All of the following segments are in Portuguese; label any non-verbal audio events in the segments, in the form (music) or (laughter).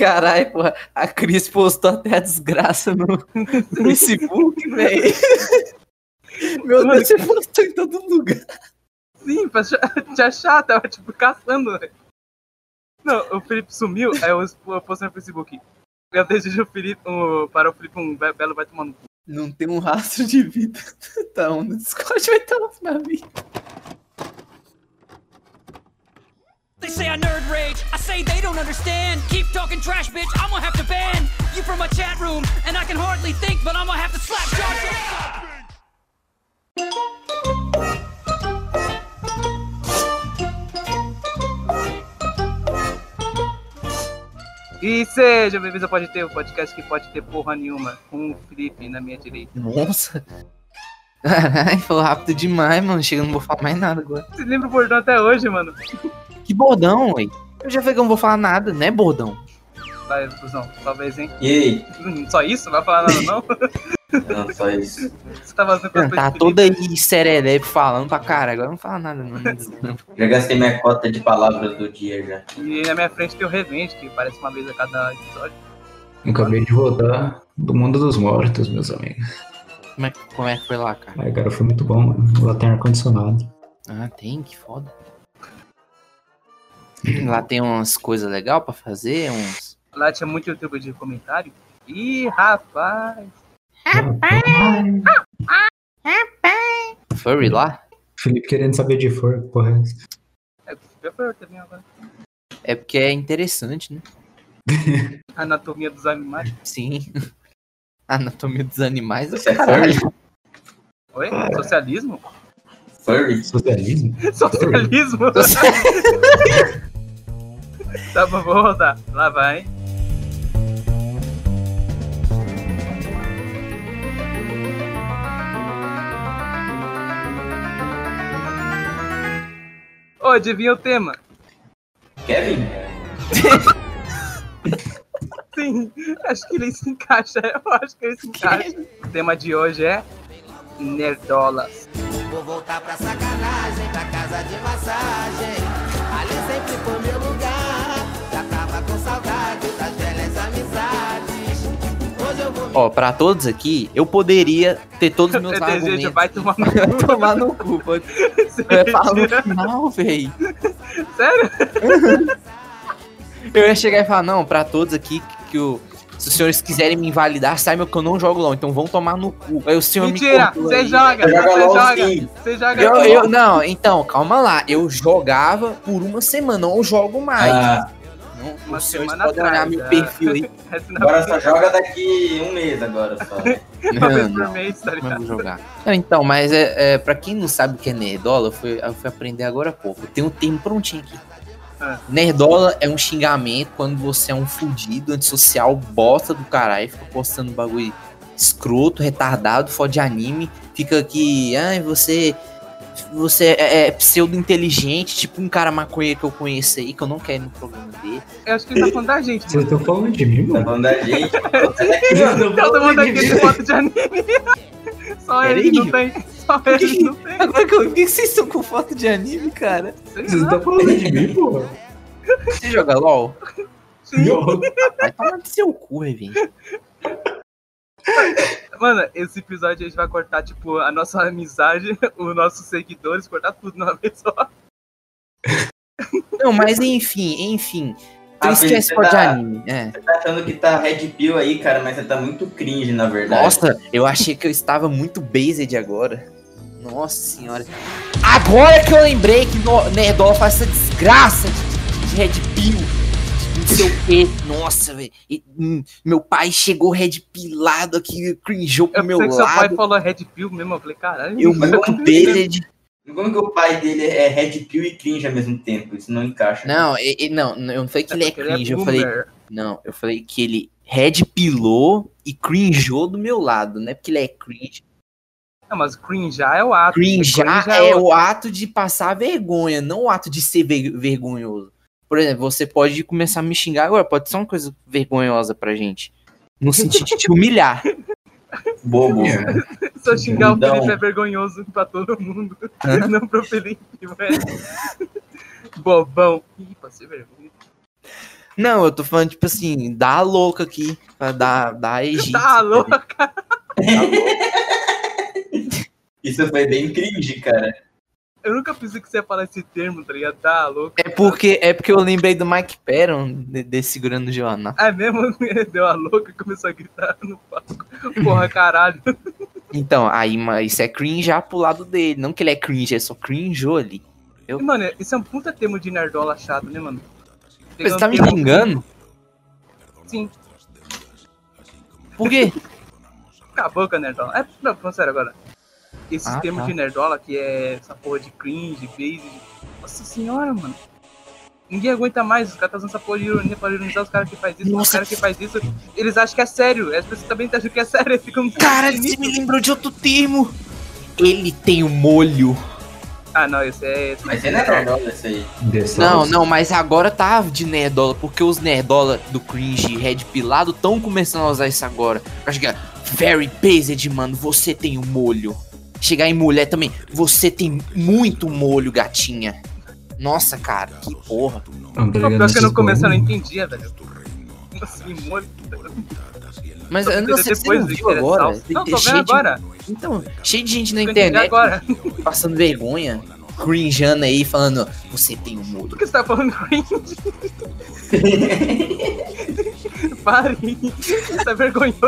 Caralho, porra, a Cris postou até a desgraça no, no Facebook, velho. Meu Deus, você postou em todo lugar. Sim, pra te (laughs) achar, tava tipo caçando, né? Não, o Felipe sumiu, aí eu postei no Facebook. Eu desejo o Felipe, o- para o Felipe um be- belo vai tomar no cu. Não tem um rastro de vida. Tá, um no Discord vai estar lá pra mim. They say I nerd rage. I say they don't understand. Keep talking trash, bitch. I'm gonna have to ban you from my chat room. And I can hardly think, but I'm gonna have to slap John. E seja bem-vindo ao Pode Ter, o podcast que pode ter porra nenhuma, com o Felipe na minha direita. Nossa. Caralho, falou rápido demais, mano. Chega, eu não vou falar mais nada agora. Você lembra o bordão até hoje, mano? Que bordão, ué. Eu já falei que eu não vou falar nada, né, bordão? Vai, cuzão, talvez, hein? E aí? Hum, Só isso? Não vai falar nada, não? (laughs) Não, só isso. Você tá fazendo Mano, cosplay tá de Felipe? toda aí serelepe falando pra caralho. Agora eu não fala nada, (laughs) mano. Já gastei minha cota de palavras do dia já. E na minha frente tem o Revenge, que parece uma vez a cada episódio. Eu acabei de voltar do mundo dos mortos, meus amigos. Como é, que- como é que foi lá, cara? Ai, cara, foi muito bom, mano. Lá tem ar-condicionado. Ah, tem, que foda. Uhum. Lá tem umas coisas legais pra fazer, uns. Lá tinha muito YouTube de comentário. Ih, rapaz! Furry lá? Felipe querendo saber de for, porra. é essa? É, eu falei também agora. É porque é interessante, né? Anatomia dos animais. Sim. (laughs) Anatomia dos animais. Você é furry? Oi? É. (laughs) Socialismo? Furry? Socialismo? Socialismo? (laughs) tá bom, vou rodar. Lá vai. Ô, adivinha o tema? Kevin? Sim, acho que ele se encaixa. (laughs) Eu acho que ele se encaixa. O tema de hoje é Nerdolas. Vou voltar pra sacanagem, pra casa de massagem. Ali sempre foi meu lugar. Já tava com saudade das velhas amizades. Hoje eu vou me Ó, pra todos aqui, eu poderia ter todos os (laughs) Eu meus desejo, argumentos. (laughs) vai tomar no Vai tomar no cu, pode. Eu um- falo no final, véi. Sério? Eu ia chegar e falar, não, pra todos aqui que o. Se os senhores quiserem me invalidar, saibam que eu não jogo LOL, então vão tomar no cu. Aí o senhor Mentira, me cortou você aí. joga, Joga você LOL joga, sim. você joga. Eu, eu, não, então, calma lá. Eu jogava por uma semana, não jogo mais. Ah, não, uma os senhores semana podem olhar atrás, meu ah. perfil aí. Essa não agora só joga daqui um mês agora só. é (laughs) uma vez Não, por não. mês, tá Como ligado? eu vou jogar? Não, então, mas é, é, pra quem não sabe o que é nerdola, eu fui, eu fui aprender agora há pouco. Tem um termo prontinho aqui. Ah. Nerdola é um xingamento quando você é um fudido, antissocial, bosta do caralho, fica postando bagulho escroto, retardado, fode anime, fica aqui, ai, você. Você é, é pseudo-inteligente, tipo um cara maconheiro que eu conheço aí, que eu não quero ir no programa dele. Eu acho que ele tá falando da (laughs) gente, Vocês mano. estão falando de mim, Tá mano? falando da gente. Todo mundo é aqui tá tem foto de anime. (laughs) Só Peraí. ele não tem. Só ele não tem. Agora é que eu vi que vocês estão com foto de anime, cara. Sei Vocês lá. estão falando de mim, porra? Você joga LOL? Não. Vai tomar no seu cu, Revinho. Mano, esse episódio a gente vai cortar, tipo, a nossa amizade, (laughs) os nossos seguidores, cortar tudo numa vez só. Não, mas enfim, enfim. Tu Ah, esquece você só de tá- anime. É. Tá achando que tá Red Pill aí, cara, mas você tá muito cringe, na verdade. Nossa, eu achei que eu estava muito based agora. Nossa senhora. Agora que eu lembrei que no Nerdola faz essa desgraça de, de- de Red Pill. de Não sei o quê. (laughs) Nossa, velho. E, hum, Meu pai chegou Red Pilado aqui, cringeou pro Eu É meu pensei que seu pai um lado. falou Red Pill mesmo. Eu falei, (laughs) caralho. é Eu muito based. Como que o pai dele é Red Pill e cringe ao mesmo tempo? Isso não encaixa. Não, e- e- não, eu não falei que ele é Porque ele é cringe. Eu falei, boomer. Não, eu falei que ele red pilou e cringeou do meu lado, não é porque ele é cringe. Não, mas cringear é o ato. Cringear Cringear é o- o ato de passar vergonha, não o ato de ser ver- vergonhoso. Por exemplo, você pode começar a me xingar agora, pode ser uma coisa vergonhosa pra gente. No sentido de (laughs) te humilhar. Bobo. É, Se eu xingar o Não. Felipe é vergonhoso pra todo mundo. Hã? Não pro Felipe, velho. Bobão. Ih, passei vergonha. Não, eu tô falando, tipo assim, dá a louca aqui. Pra dar, dar (laughs) a egípcia. Tá louco? Isso foi bem cringe, cara. Eu nunca pensei que você ia falar esse termo, tá ligado? Tá louco. É porque, é porque eu lembrei do Mike Perron de, de segurando o Joana. É mesmo? (laughs) Deu a louca e começou a gritar no palco. Porra, caralho. Então, aí ma- isso é cringe já pro lado dele. Não que ele é cringe, é só cringeou ali. E, mano, isso é um puta termo de nerdola chato, né, mano? Você tá me Pegando termo- (laughs) xingando? assim, Sim, Por quê? cala a boca, nerdola. É, não, falando sério agora. Esse Ah, termo tá. de nerdola que é essa porra de cringe, base. De... Nossa senhora, mano. Ninguém aguenta mais, os caras tá usando essa porra de ironia pra ironizar os caras que faz isso, os Nossa. caras que faz isso, eles acham que é sério, as pessoas também acham que é sério, (laughs) eles ficam... Cara, você me lembrou de outro termo. Ele um tem o molho. Ah, não, esse é... Esse Mas você não é nerdola isso aí. Dessa Não, não, mas agora tá de nerdola, porque os nerdola do cringe red pilado estão começando a usar isso agora. Pra chegar, é very based, mano, você tem o molho. Chegar em mulher também, você tem muito molho, gatinha. Nossa, cara, que porra. não, tá Não, pior ligado? que eu Essas no começo eu não porra. entendia, velho. Nossa, me molho. Mas eu não sei se você não viu agora. Não, tem tô vendo cheio de- agora. Então, cheio de gente na Eu entendi internet agora. passando vergonha, cringeando aí, falando, você tem o molho. Por que você tá falando cringe? Pare. Isso é vergonhoso.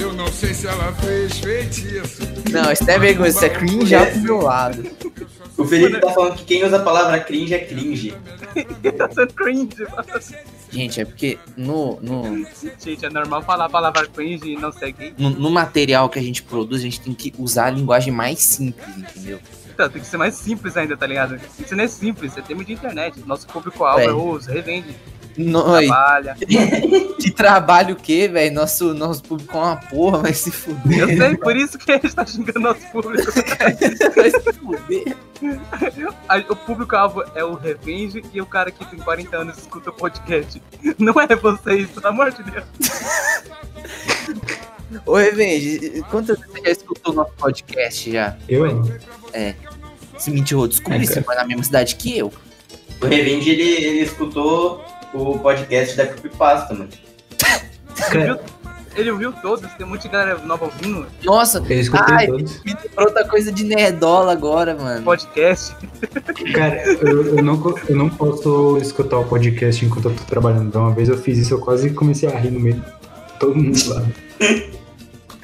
Eu não sei se ela fez feitiço. Não, isso não é vergonha, isso é cringe já pro meu lado. O Felipe tá falando que quem usa a palavra cringe é cringe. tá sendo cringe. mano. Gente, é porque no, no, Gente, é normal falar a palavra cringe e não ser gay. no, no material que a gente produz, a gente tem que usar a linguagem mais simples, entendeu? Então, tem que ser mais simples ainda, tá ligado? Isso não é simples, é tema de internet. Nosso público-alvo É. é ouso, revende, Nós, trabalha. que trabalho o quê, velho? Nosso, nosso público é uma porra, vai se fuder. (laughs) Eu sei, por isso que a gente tá xingando nosso público. Vai se fuder. A- O público-alvo é o Revenge e o cara que tem 40 anos e escuta o podcast. Não é vocês, pelo amor de Deus. Ô, Revenge, quantas vezes você já escutou nosso podcast já? Eu, hein? Se mentirou, descobri, É, você cara. mora na mesma cidade que eu. O Revenge, ele, ele escutou o podcast da Creepypasta, mano. Cara, Ele ouviu todos, tem muita galera nova ouvindo Nossa, eu escutei Ai. todos. me lembrou da coisa de nerdola agora, mano. podcast. (laughs) Cara, eu, eu não, co- eu não posso escutar o podcast enquanto eu tô trabalhando. Então, uma vez eu fiz isso, eu quase comecei a rir no meio de todo mundo lá.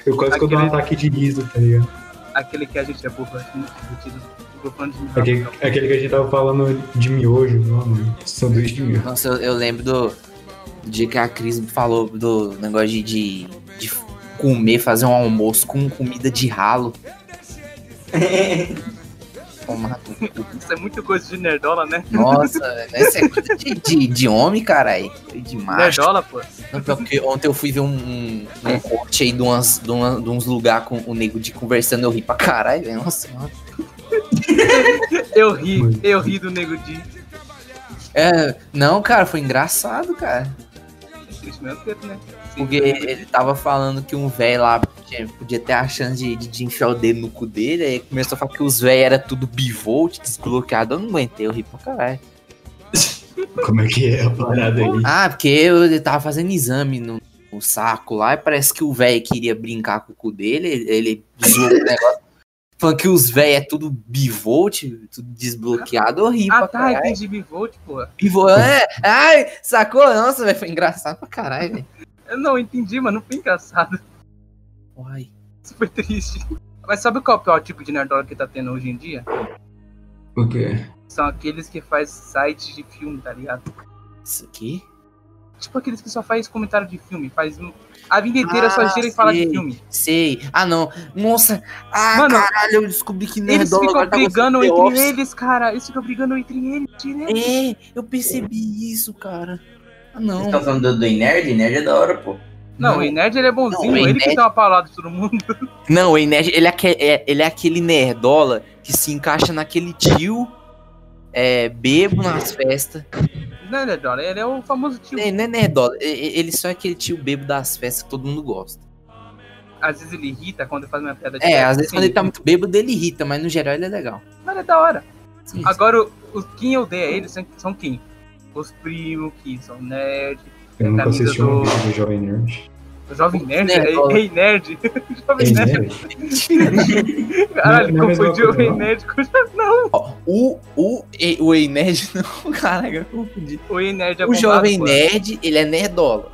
Eu quase que eu dou um Aquele- ataque de riso, tá ligado? Aquele que a gente é burro, acho muito divertido. Tô falando de Aquele, microfone. aquele que a gente tava falando de miojo, não, mano. Sanduíche de miojo. Nossa, eu, eu lembro do, do dia que a Cris falou do negócio de, de, de comer, fazer um almoço com comida de ralo. (laughs) Tomar no cu. Isso é muita coisa de nerdola, né? Nossa, velho, isso é coisa de, de, de homem, caralho. De macho. Nerdola, pô. Não, pior que ontem eu fui ver um, um, um corte aí de, umas, de, uma- de uns lugares com o nego de conversando, eu ri pra caralho, velho. Nossa, mano. Eu ri, Muito. eu ri do Nego Di. É, não, cara, foi engraçado, cara. Isso mesmo tempo, né? Sim. Porque ele tava falando que um velho lá tinha- podia ter a chance de, de, de enfiar o dedo no cu dele, aí começou a falar que os velhos era tudo bivolt, desbloqueado, eu não aguentei, eu ri pra caralho. Como é que é a parada aí? Ah, porque eu, ele tava fazendo exame no, no saco lá, e parece que o velho queria brincar com o cu dele, ele, ele zoou o negócio. Falando que os velhos é tudo bivolt, tudo desbloqueado, eu ri Ah, pra tá, caralho. entendi Bivolt, pô. Bivolt, é, ai, sacou? Nossa, velho, foi engraçado pra caralho, velho. Eu não entendi, mas não foi engraçado. (laughs) Uai. Isso foi triste. Mas sabe qual que é o tipo de nerdola que tá tendo hoje em dia? O quê? São aqueles que faz sites de filme, tá ligado? Isso aqui? Tipo aqueles que só faz comentário de filme, faz um... A vida inteira só Ah, gira e fala de sei. filme. Sei. Ah, não. Nossa. Ah, Mano, caralho, eu descobri que Eles Nerdola ficam agora tá brigando gostando de entre The eles, cara. Eles ficam brigando entre eles, né? direto. Office. É, eu percebi isso, cara. Ah, Vocês não. estão falando do, do Nerd? Nerd é da hora, pô. Não, o Nerd ele é bonzinho, Não, o ele que Nerd- dá uma paulada em todo mundo. Não, o Inés, ele é, aque- é- ele é aquele é nerdola que se encaixa naquele tio é, bebo nas festas. (laughs) Não, né, Dora? Ele é o famoso tio. Né, né, nerdola? E- e- Ele só é aquele tio bebo das festas que todo mundo gosta. Às vezes ele irrita quando faz uma piada de assim. É, às vezes quando ele tá muito bêbado, ele irrita, mas no geral ele é (laughs) legal. Mas é da hora. Sim, Agora, o- os quem odeia ele são, são quem? Os primos que são nerd. Eu nunca Camisa assisti um do- vídeo do Jovem Nerd. É O Jovem Nerd, Né, Rei Dora? Rei Nerd. (laughs) Jovem Ei, Nerd. Nerd? Caralho, Não, não é a mesma confundiu o coisa, Rei não. Nerd com o Jovem- Não, Ó, o, o, e- o Ei Nerd, (laughs) não, caraca, eu confundi. o Rei Nerd é O bombado, jovem pô. nerd, ele é nerdola.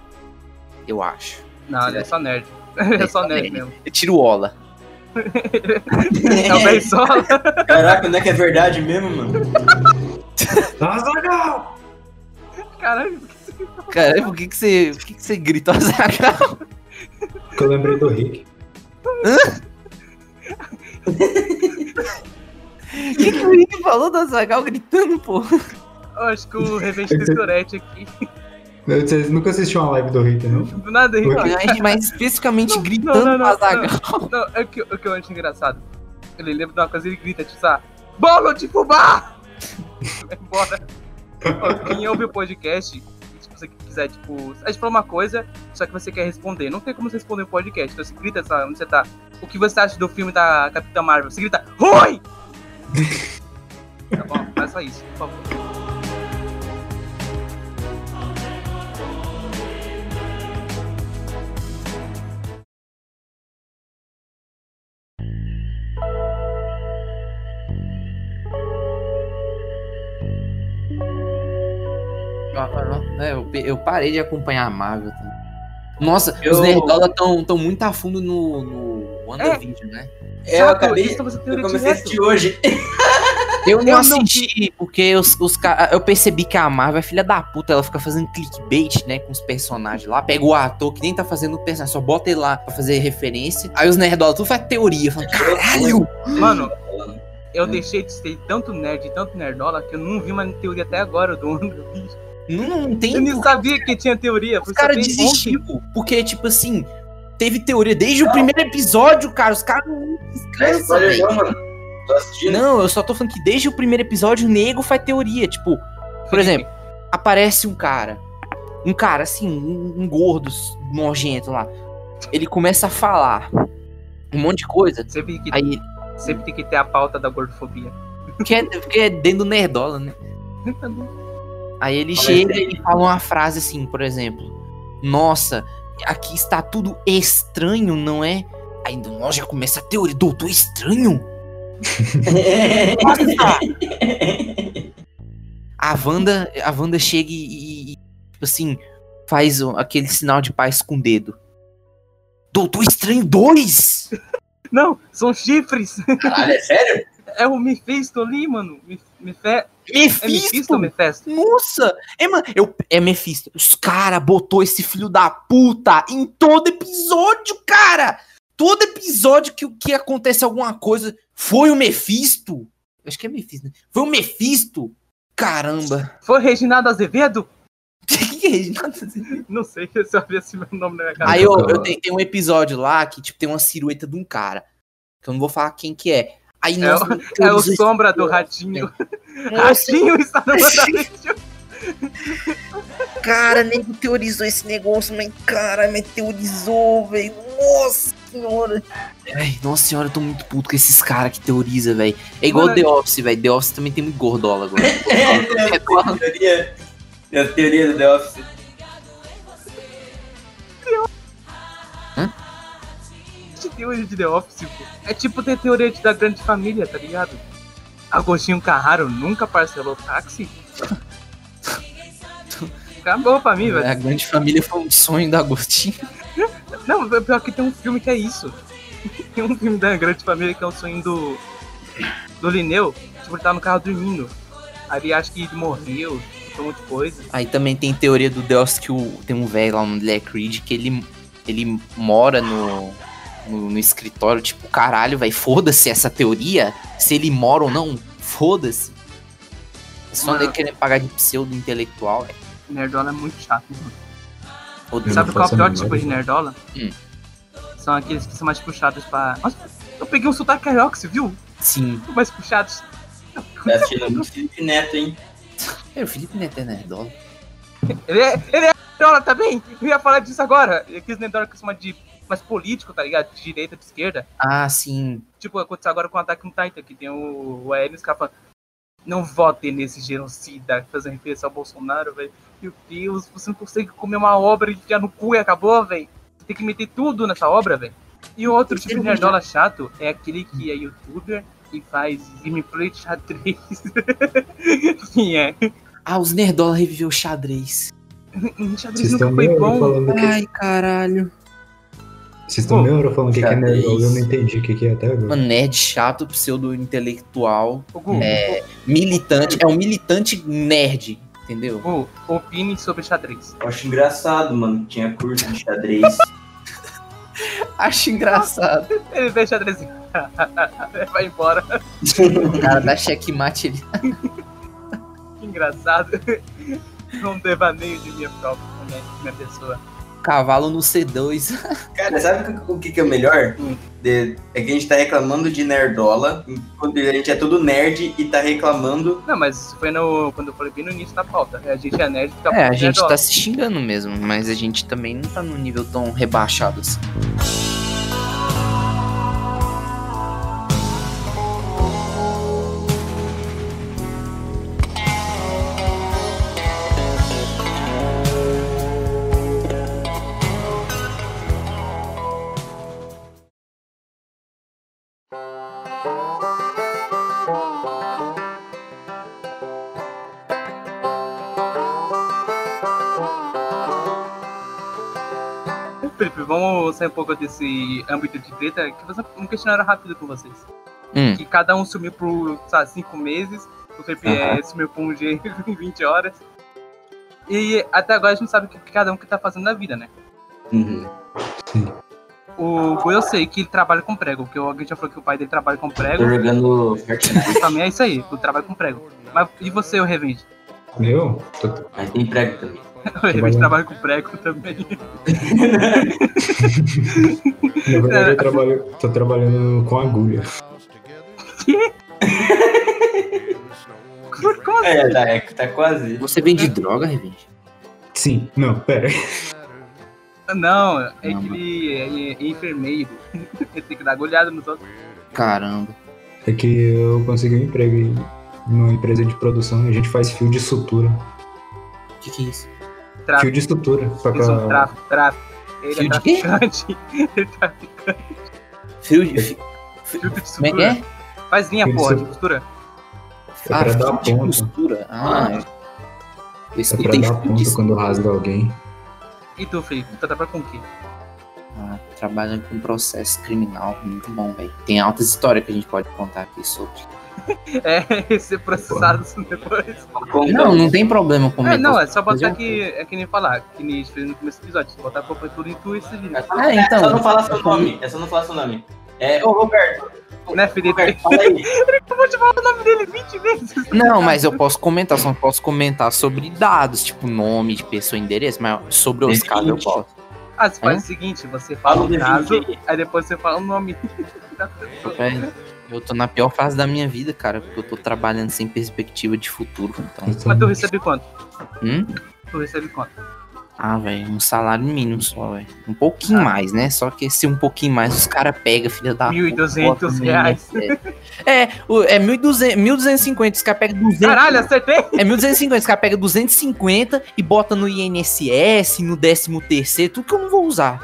Eu acho. Não, ele é só nerd. (laughs) Ele é só nerd mesmo. Eu tiro ola. (laughs) Talvez só. Caraca, não é que é verdade mesmo, mano? Azaghal! Caralho, Cara, por que que você, por que que você grita Azaghal? Porque eu lembrei do Rick. (laughs) O que, que o Rick falou do Azaghal gritando, pô? eu acho que o Revenge tem Tourette aqui. Vocês nunca assistiram uma live do Rick, não? Do nada, tá Rick. Não, Mas especificamente Não, gritando não, não, pro não, Azaghal. Não, é o que, o que eu acho engraçado. Ele lembra de uma coisa e ele grita, tipo, ah, bolo de fubá! (laughs) Vai embora. Ó, Quem ouve o podcast, se você quiser, tipo, a gente falou uma coisa, só que você quer responder. Não tem como você responder o podcast. Então você grita, sabe, onde você tá. O que você acha do filme da Capitã Marvel? Você grita, RUI! tá bom, faz só isso, por favor. É, Eu, pe- eu parei de acompanhar a Marvel também. Nossa, os Eu- nerdola estão tão muito a fundo no, no WandaVision, né? É, eu Saco, acabei. isso você tem Eu direito. comecei a assistir hoje. Eu não não assisti, porque os, os ca- Eu percebi que a Marvel é filha da puta, ela fica fazendo clickbait, né, com os personagens lá. Pega o ator que nem tá fazendo o personagem, só bota ele lá pra fazer referência. Aí os nerdola tudo faz teoria, falando, caralho! Mano, eu deixei de ser tanto nerd e tanto nerdola que eu não vi uma teoria até agora do Wanda. Não, não tem Eu nem sabia que tinha teoria. Os caras desistiram, porque, tipo assim, teve teoria desde o primeiro episódio, cara. Os caras não É descansam, spoiler velho. não, mano. Tô assistindo. Não, eu só tô falando que desde o primeiro episódio o nego faz teoria. Tipo, por exemplo, aparece um cara. Um cara, assim, um, um gordo s- nojento lá. Ele começa a falar um monte de coisa. Sempre, que- Aí, sempre tem que ter a pauta da gordofobia. que é, que é dentro do nerdola, né? Aí ele Mas chega tem- e fala uma frase assim, por exemplo. Nossa, aqui está tudo estranho, não é? Aí nós já começa a teoria, doutor estranho? A Wanda, a Wanda chega e, e- e, tipo assim, faz o- aquele sinal de paz com o dedo. Doutor Estranho 2! Não, são chifres. (laughs) Caralho, é sério? É o Mephisto ali, mano. Me, Mefe- é Mephisto Mephisto! ou Mephisto? Nossa! É, mano, eu, é Mephisto. Os cara botou esse filho da puta em todo episódio, cara! Todo episódio que, que acontece alguma coisa foi o Mephisto. Acho que é Mephisto, né? Foi o Mephisto! Caramba! (laughs) Foi Reginaldo Azevedo? Que que é isso? Nada a ver. Não sei (laughs) se eu abri esse meu nome na minha cara. Aí eu, Caramba. eu tenho, tem um episódio lá que, tipo, tem uma silhueta de um cara. Que eu não vou falar quem que é. Aí nós. (laughs) É o Sombra do Ratinho. Nossa, Ratinho (laughs) está no Mandalorian. cara, nego teorizou esse negócio, mas cara, mas teorizou, velho. Nossa senhora. Ai, nossa senhora, eu tô muito puto com esses caras que teorizam, velho. É igual Mano, The Office, velho. The Office também tem muito gordola agora. Tem a teoria- tem a teoria do The Office. (laughs) Tem teoria de The Office, pô. É tipo ter teoria de- da grande família, tá ligado? Agostinho Carraro nunca parcelou (laughs) táxi? Acabou pra mim, velho. A grande família foi um sonho da Agostinho. Não, o pior que tem um filme que é isso. (laughs) Tem um filme da Grande Família que é o sonho do. do Lineu. Tipo, ele tá no carro dormindo. Aí ele acha que ele morreu, foi um monte de coisa. Aí também tem teoria do The Office que o, tem um velho lá, o nome dele é Creed, que ele, ele mora no, no, no escritório, tipo, caralho, velho, foda-se essa teoria, se ele mora ou não, foda-se. É Só Mano. ele querendo pagar de pseudo-intelectual, velho. Nerdola é muito chato, mano. Odeio. Sabe não qual é o faço a pior menor tipo de ideia. nerdola? Hum. São aqueles que são mais puxados pra. Nossa, eu peguei um sotaque carioca, você viu? Sim. mais puxados. Tá assistindo o Felipe Neto, hein? É, o Felipe Neto é nerdola. Ele é, ele é nerdola também. Eu ia falar disso agora. É Aqueles nerdola que são de mais político, tá ligado? De direita, de esquerda. Ah, sim. Tipo, aconteceu agora com o Attack on Titan, que tem o, o Aenis que fala, não votem nesse genocida, fazendo referência ao Bolsonaro, velho. Meu Deus, você não consegue comer uma obra e enfiar no cu e acabou, velho. Você tem que meter tudo nessa obra, velho. E o outro tipo de nerdola chato é aquele que é youtuber e faz gameplay de xadrez. (laughs) Sim, é. Ah, os nerdola reviveu o xadrez. Xadrez Vocês nunca estão foi meia hora bom. falando que- Ai, caralho. vocês estão meia hora falando que, que é xadrez. nerdola, eu não entendi o que, que é até agora. Mano, nerd chato, pseudo-intelectual, O Gu, militante. É um militante nerd, entendeu? Gu, opine sobre xadrez. (laughs) Eu acho engraçado, mano. que Tinha curso de xadrez. Acho engraçado. Ele vê xadrez e (laughs) vai embora. O cara da checkmate, ele... Que engraçado. (laughs) Um devaneio de minha própria, minha, minha pessoa. Cavalo no C2. Cara, sabe o que- o que, que é o melhor? Hum. De- é que a gente tá reclamando de nerdola, enquanto a gente é todo nerd e tá reclamando. Não, mas isso foi no, quando eu falei bem no início da pauta. A gente é nerd, fica É, a puto, gente nerdola. tá se xingando mesmo, mas a gente também não tá num nível tão rebaixado assim. tá Felipe, vamos sair um pouco desse âmbito de treta, que eu vou fazer um questionário rápido com vocês. Hum. Que cada um sumiu por, sabe, cinco meses, o Felipe eh, sumiu por um dia (laughs) em 20 horas. E até agora a gente sabe o que cada um que tá fazendo na vida, né? Uhum. O Gu, eu sei que ele trabalha com prego, porque alguém já falou que o pai dele trabalha com prego. Tô Uhum. jogando Fortnite, Também é isso aí, eu trabalho com prego. Mas e você, o Revenge? Meu? Tô- mas tem prego também. O Revenge trabalha com prego também. na (laughs) verdade, eu trabalho, tô trabalhando com agulha. Como assim? É, tá, é, tá quase. Você vende droga, Revenge? Sim, não, pera. Não, é que Não, mano. ele é, é enfermeiro. (laughs) ele tem que dar agulhada nos outros. Caramba. É que eu consegui um emprego em numa empresa de produção e a gente faz fio de sutura. O que, que é isso? Fio Tráfico, de sutura. Pra, isso, pra, tráfico, tráfico. Ele é Fio de quê? traficante. Ele tá Fio de. fi- filtro de Como é que costura. é? Faz linha, Fio de porra, de su- costura. é pra dar fio de ponta. costura. Ah, eu É pra escutei dar fio de ponta quando rasga alguém. E tu, Felipe, tu trabalha com o quê? Ah, trabalhando com processo criminal, muito bom, velho. Tem altas histórias que a gente pode contar aqui sobre. É (laughs) ser processado depois. Como Não, não tem problema com É, medo. não, é só botar Fazer que. É que nem falar, que nem a gente fez no começo do episódio. Botar a culpa tudo em tu e se vira. É, É só não então. falar seu nome. É só não falar seu nome. É, ô Roberto, Né, Felipe? Roberto, fala aí. Eu vou te falar o nome dele 20 vezes. Não, mas eu posso comentar, só não posso comentar sobre dados, tipo nome de pessoa, endereço, mas sobre os Definitivamente. casos eu posso. Ah, você Hã? faz o seguinte, você fala Fala o o caso, definitivo. aí depois você fala o nome da pessoa. Velho, Eu tô na pior fase da minha vida, cara, porque eu tô trabalhando sem perspectiva de futuro, então. Então, Mas tu recebe quanto? Hum? Tu recebe quanto? Ah, velho, um salário mínimo só, velho. Um pouquinho Ah. mais, né? Só que se um pouquinho mais, os caras pegam, filha da. puta, 1.200 bota no reais. INSS. É, o- é 1.200, 1.250, os caras pegam 200. Caralho, acertei! É 1.250, os caras pegam 250 e bota no INSS, no 13º, tudo que eu não vou usar.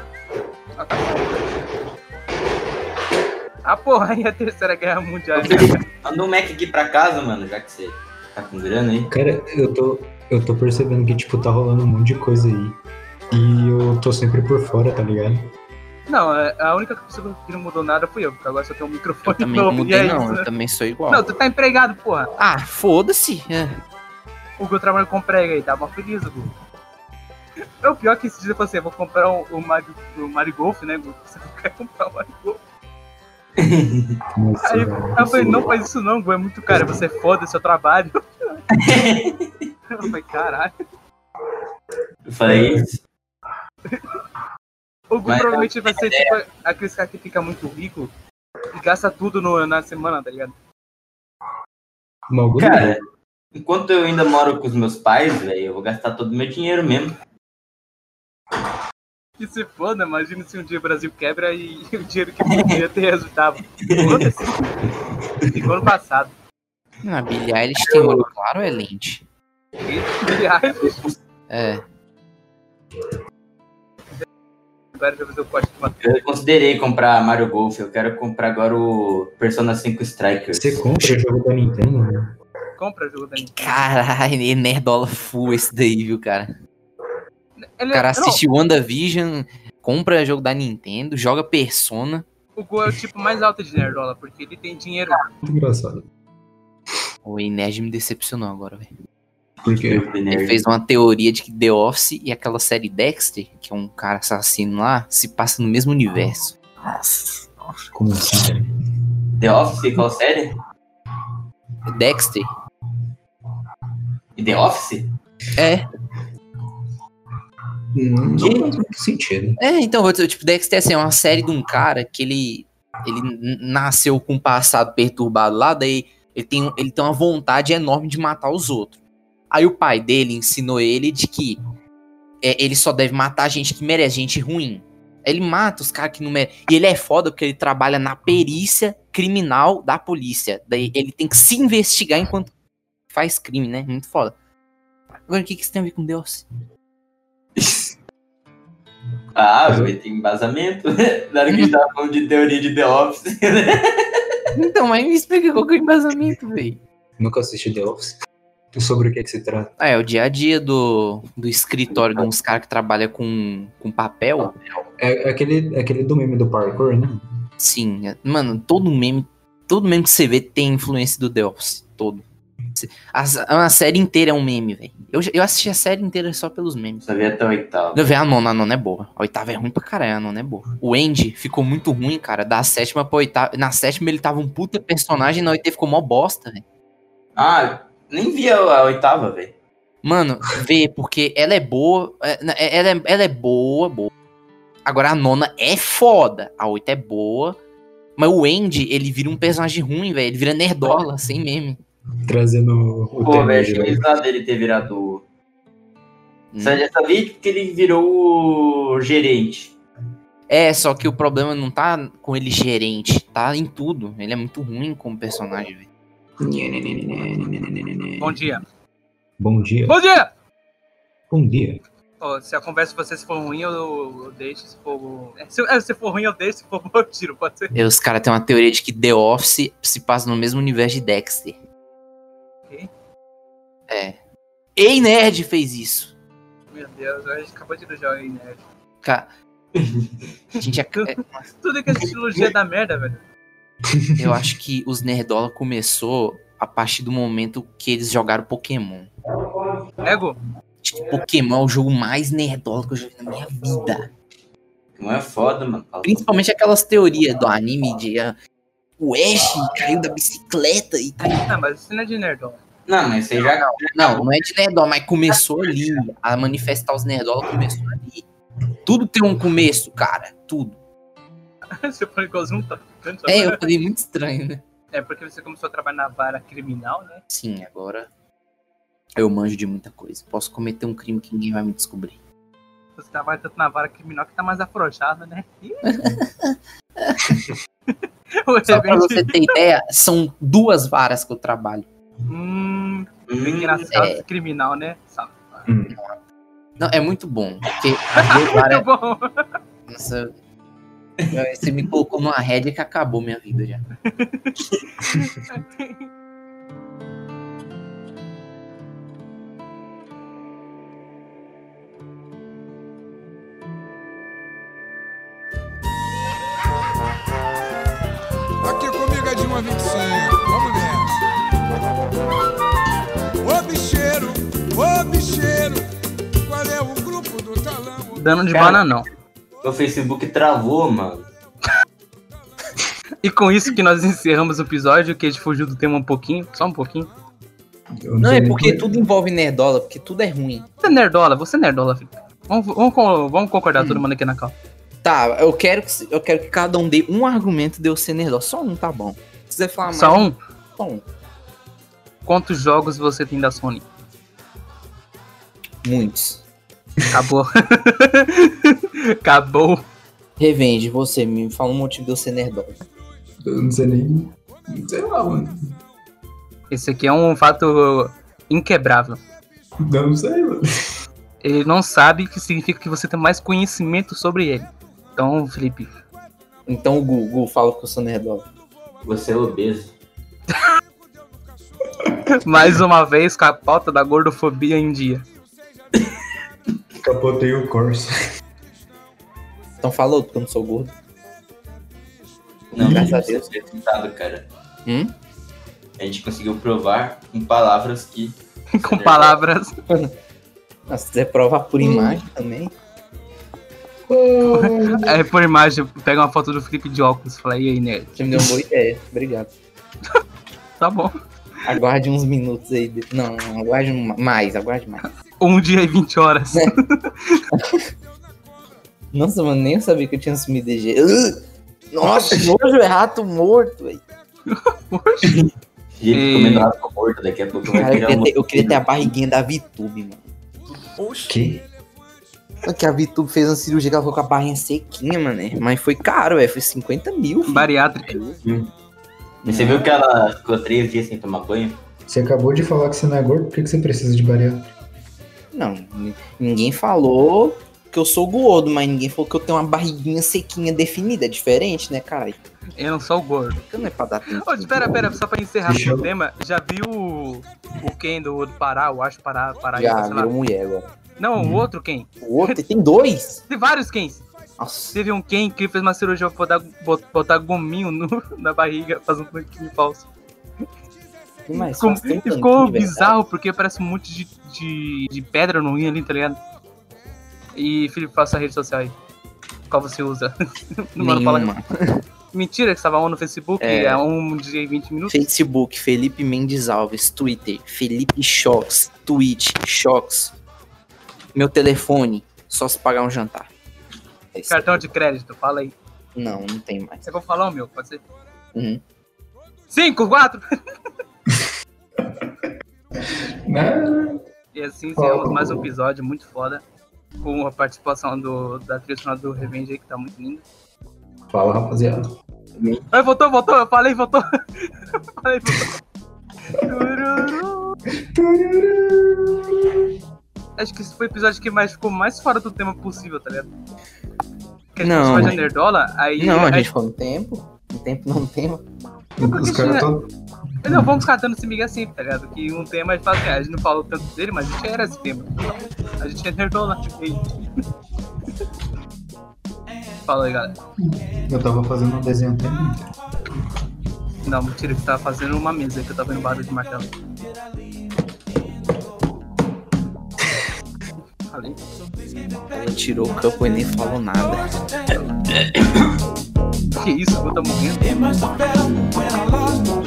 Ah, porra, aí tá. a terceira guerra mundial. Manda um Mac aqui pra casa, mano, já que você tá com grana aí. Cara, eu tô, eu tô percebendo que, tipo, tá rolando um monte de coisa aí. E eu tô sempre por fora, tá ligado? Não, é- a única pessoa que não mudou nada fui eu, porque agora só tem um microfone Também não novo, e é mudei, não. isso, né? Eu também sou igual. Não, tu tá empregado, porra. Ah, foda-se. É. O Gu trabalha com prega aí, tá mó feliz, Gu. É o pior que esse dia eu falei assim, eu vou comprar o, o, Mario, o Mario Golf, né, Gu? Você não quer comprar o Mario Golf? Nossa, Aí velho. eu falei, não faz isso não, Gu, é muito caro, você foda (laughs) seu trabalho. eu falei, caralho. Eu falei isso. O Gu Mas- é, provavelmente vai ser tipo aqueles caras que fica muito rico, e gasta tudo no- na semana, tá ligado? Maluco, Cara, enquanto eu ainda moro com os meus pais, velho, eu vou gastar todo o meu dinheiro mesmo. Que se foda, imagina se um dia o Brasil quebra e (laughs) o (laughs) dinheiro que podia ter resultado. Foda-se. Ficou ano passado. Ah, Billie Eilish tem olho claro ou é lente? Aliás, É. agora já fazer o corte de uma Eu considerei comprar Mario Golf, eu quero comprar agora o Persona 5 Strikers. Você compra o jogo da Nintendo, né? compra jogo da Nintendo. Caralho, é nerdola full esse daí, viu, cara? O Ele, é, cara não, assiste WandaVision, compra jogo da Nintendo, joga Persona. o Go é o tipo mais alto de nerdola, porque ele tem dinheiro. Muito engraçado. O Inerd me decepcionou agora, velho. Porque Meu Ele nerd. fez uma teoria de que The Office e aquela série Dexter, que é um cara assassino lá, se passa no mesmo universo. Nossa. como assim? The Office, qual série? Dexter? E The Office? (laughs) É, Não, não faz muito sentido. é, então, vou dizer, tipo, Dexter assim, é uma série de um cara que ele, ele n- nasceu com um passado perturbado lá, daí Ele tem, ele tem uma vontade enorme de matar os outros. Aí o pai dele ensinou ele de que é, ele só deve matar gente que merece, gente ruim. Ele mata os caras que não merecem. E ele é foda porque ele trabalha na perícia criminal da polícia. Daí ele tem que se investigar enquanto faz crime, né? Muito foda. Agora, o que, que isso tem a ver com Deus? Ah, Uhum. velho, tem embasamento. né? Na hora que a gente tava falando de teoria de The Office. Então, mas me explica qual que é o embasamento, velho. Nunca assisti The Office. Sobre o que, é que se trata? Ah, é o dia a dia do, do escritório de uns caras que trabalham com, com papel. É é aquele, é aquele do meme do parkour, né? Sim, é- mano, todo meme, todo meme que você vê tem influência do The Office, todo. Se- A, a série inteira é um meme, velho. Eu, já- eu assisti a série inteira só pelos memes. Só vi até o oitavo. Eu vi a nona, a nona é boa. A oitava é ruim pra caralho, a nona é boa. O Andy ficou muito ruim, cara, da sétima pra oitava. Na sétima ele tava um puta personagem, na oitava ficou mó bosta, velho. Ah, nem vi a, a oitava, velho. Mano, vê, porque ela é boa, é, na- é- ela é, ela é boa, boa. Agora a nona é foda, a oito é boa. Mas o Andy, ele vira um personagem ruim, velho. Ele vira nerdola, assim sem meme. Trazendo o Pô, tema velho, de achei novo. pesado ele ter virado o Hum. Só já sabia que ele virou o gerente. É, só que o problema não tá com ele gerente, tá em tudo. Ele é muito ruim como personagem, velho. Né, Bom dia. Bom dia. Bom dia! Bom dia. Ó, se a conversa com você se for ruim, eu, eu deixo. Se for, é, se, é, se for ruim, eu deixo. Se for bom, eu tiro. Pode ser. E os caras têm uma teoria de que The Office se passa no mesmo universo de Dexter. Ok. É. Ei, Nerd fez isso. Meu Deus, a gente acabou de elogiar aí, né? Ca- (laughs) A gente, ac- é, Tudo que essa trilogia é da merda, velho. eu acho que os Nerdola começou a partir do momento que eles jogaram Pokémon. Nego, Acho que Pokémon é o jogo mais nerdola que eu já vi na minha vida. Não é foda, mano. Fala- Principalmente aquelas teorias do anime de ah, o Ash caiu da bicicleta e caiu. não, mas isso não é de nerdola. Não, mas você já. Não, não é de nerdola, mas começou ali. A manifestar os nerdola começou ali. Tudo tem um começo, cara. Tudo. (laughs) Você foi igualzinho um traficante. É, eu falei muito estranho, né? É porque você começou a trabalhar na vara criminal, né? Sim, agora eu manjo de muita coisa. Posso cometer um crime que ninguém vai me descobrir. Você trabalha tanto na vara criminal que tá mais afrouxada, né? Ih. (laughs) Você Só pra vem de- você ter ideia, são duas varas que eu trabalho. Hum, Hum, engraçado é. esse criminal, né? Sabe? Não, é muito bom. Porque as duas varas. Muito Tá bom. Nossa, é você me colocou numa rédea que acabou minha vida já. Aqui comigo é de 1 a 25. Vamos nessa. Ô bicheiro, ô bicheiro, qual é o grupo do talão? Dano de Cara. banana não. O Facebook travou, mano. E com isso que nós encerramos o episódio, que a gente fugiu do tema um pouquinho, só um pouquinho. Eu Não, sei é nem porque como tudo envolve nerdola, porque tudo é ruim. Você é nerdola, você é nerdola, filho. Vamos, vamos, co- vamos concordar todo mundo aqui na cal. Tá, eu quero que, se- eu quero que cada um dê um argumento de eu ser nerdola. Só um tá bom. Se quiser falar mais, Só um? só um. Quantos jogos você tem da Sony? Muitos. Acabou. (laughs) Acabou. Revenge, você me fala um motivo de eu ser nerdola. Eu não sei nem. Sei lá, mano. Esse aqui é um fato inquebrável. Não sei, mano. Ele não sabe o que significa que você tem mais conhecimento sobre ele. Então, (laughs) Felipe, Então o Google fala que eu sou nerdola. Você é obeso. mais uma vez com a pauta da gordofobia em dia. Capotei o Corsa. Então fala outro, que eu não sou gordo. Não, Graças a você Deus. é tentado, cara. Hum? A gente conseguiu provar com palavras que. É. com palavras. Ah, se quiser provar por imagem também. É, por imagem, pega uma foto do Felipe de óculos. Fala, e aí, nerd? Você me deu uma boa ideia. Obrigado. Tá bom. Aguarde uns minutos aí. de- Não, não, aguarde um ma- mais, aguarde mais. Um dia e 20 horas. Nossa, mano, nem eu sabia que eu tinha assumido DG. Ugh! Nossa, que nojo é rato morto, velho. E ele E- comendo água com morto daqui a pouco. vai Cara, eu pegar queria, um- ter, eu queria ter a barriguinha da VTube, mano. Que? Só que a VTube fez uma cirurgia que ela ficou com a barrinha sequinha, mano. é. Mas foi caro, velho. Foi 50 mil. filho. Bariátrica. E Você viu que ela ficou três dias sem tomar banho? Você acabou de falar que você não é gordo, por que que você precisa de bariátrica? Não, n- ninguém falou que eu sou gordo, mas ninguém falou que eu tenho uma barriguinha sequinha definida. É diferente, né, caralho? Eu não sou gordo. Porque não é pra dar tempo. Ô, pera, pera, só pra encerrar Deixa o eu- tema, já viu o, o Ken do, do Pará, eu acho, Pará, Pará, Já, sei lá. virou mulher agora. Não, o Uhum. outro Ken. O outro tem dois? Tem vários Kens. Nossa, Teve um Ken que fez uma cirurgia pra botar, bot- botar gominho no, (laughs) na barriga, fazer um tanquinho falso. que mais? Ficou, Faz tempo que eu não ficou tive, né? velho. bizarro, porque parece um monte de, de, de pedra no rim ali, tá ligado? E, Felipe, faça a rede social aí. Qual você usa? (laughs) Mano, fala- Nenhuma. Mentira, que estava on no Facebook, É. é, um dia e 20 minutos. Facebook, Felipe Mendes Alves, Twitter, Felipe Chox, Twitch, Chox. Meu telefone, só se pagar um jantar. É isso. Cartão de crédito, fala aí. Não, não tem mais. Você vai falar o meu, pode ser? Uhum. 5, 4! Né? E assim encerramos mais um episódio muito foda. Com a participação do, da trilha sonora do Revenge aí, que tá muito linda. Fala, rapaziada. Ai, voltou, voltou, eu falei, voltou. (laughs) Eu falei, voltou. Tururu. Acho que esse foi o episódio que mais ficou mais fora do tema possível, tá ligado? Que a gente Não. começou de Nerdola, aí. Não, a aí- gente ficou no tempo. No tempo, não no tema. Os caras tão. Não, vamos catando esse miga assim, tá ligado? Que um tema a gente fala assim, a gente não falou tanto dele, mas a gente era esse tema. A gente é nerdola. Fala aí, galera. Eu tava fazendo um desenho até. Não, mentira, que tava fazendo uma mesa aí que eu tava vendo barulho de martelo. Falei. Ela tirou o campo e nem falou nada. Que isso, eu tô morrendo. It must have felt when I lost my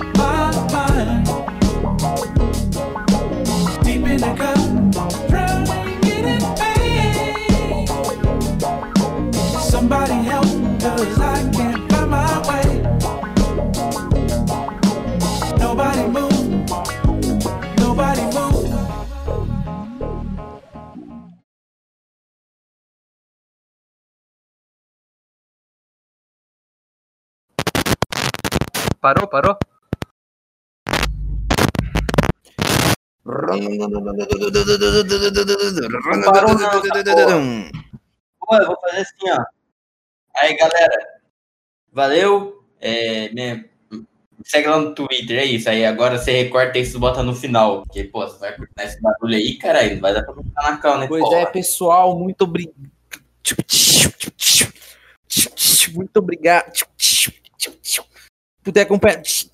mind. Deep in the cup, drowning in its pain. Somebody help, cause I can't find my way. Nobody move, nobody move. Parou, parou? Parou não, Pô, eu vou fazer assim, ó. Aí, galera. Valeu. É, né, Segue lá no Twitter, é isso. Aí agora você recorta isso e bota no final. Porque, pô, você vai cortar esse barulho aí, caralho. Não vai dar pra cortar na cal, né? Pois Porra. é, pessoal, muito obrigado. Muito obrigado. Puder acompanhar.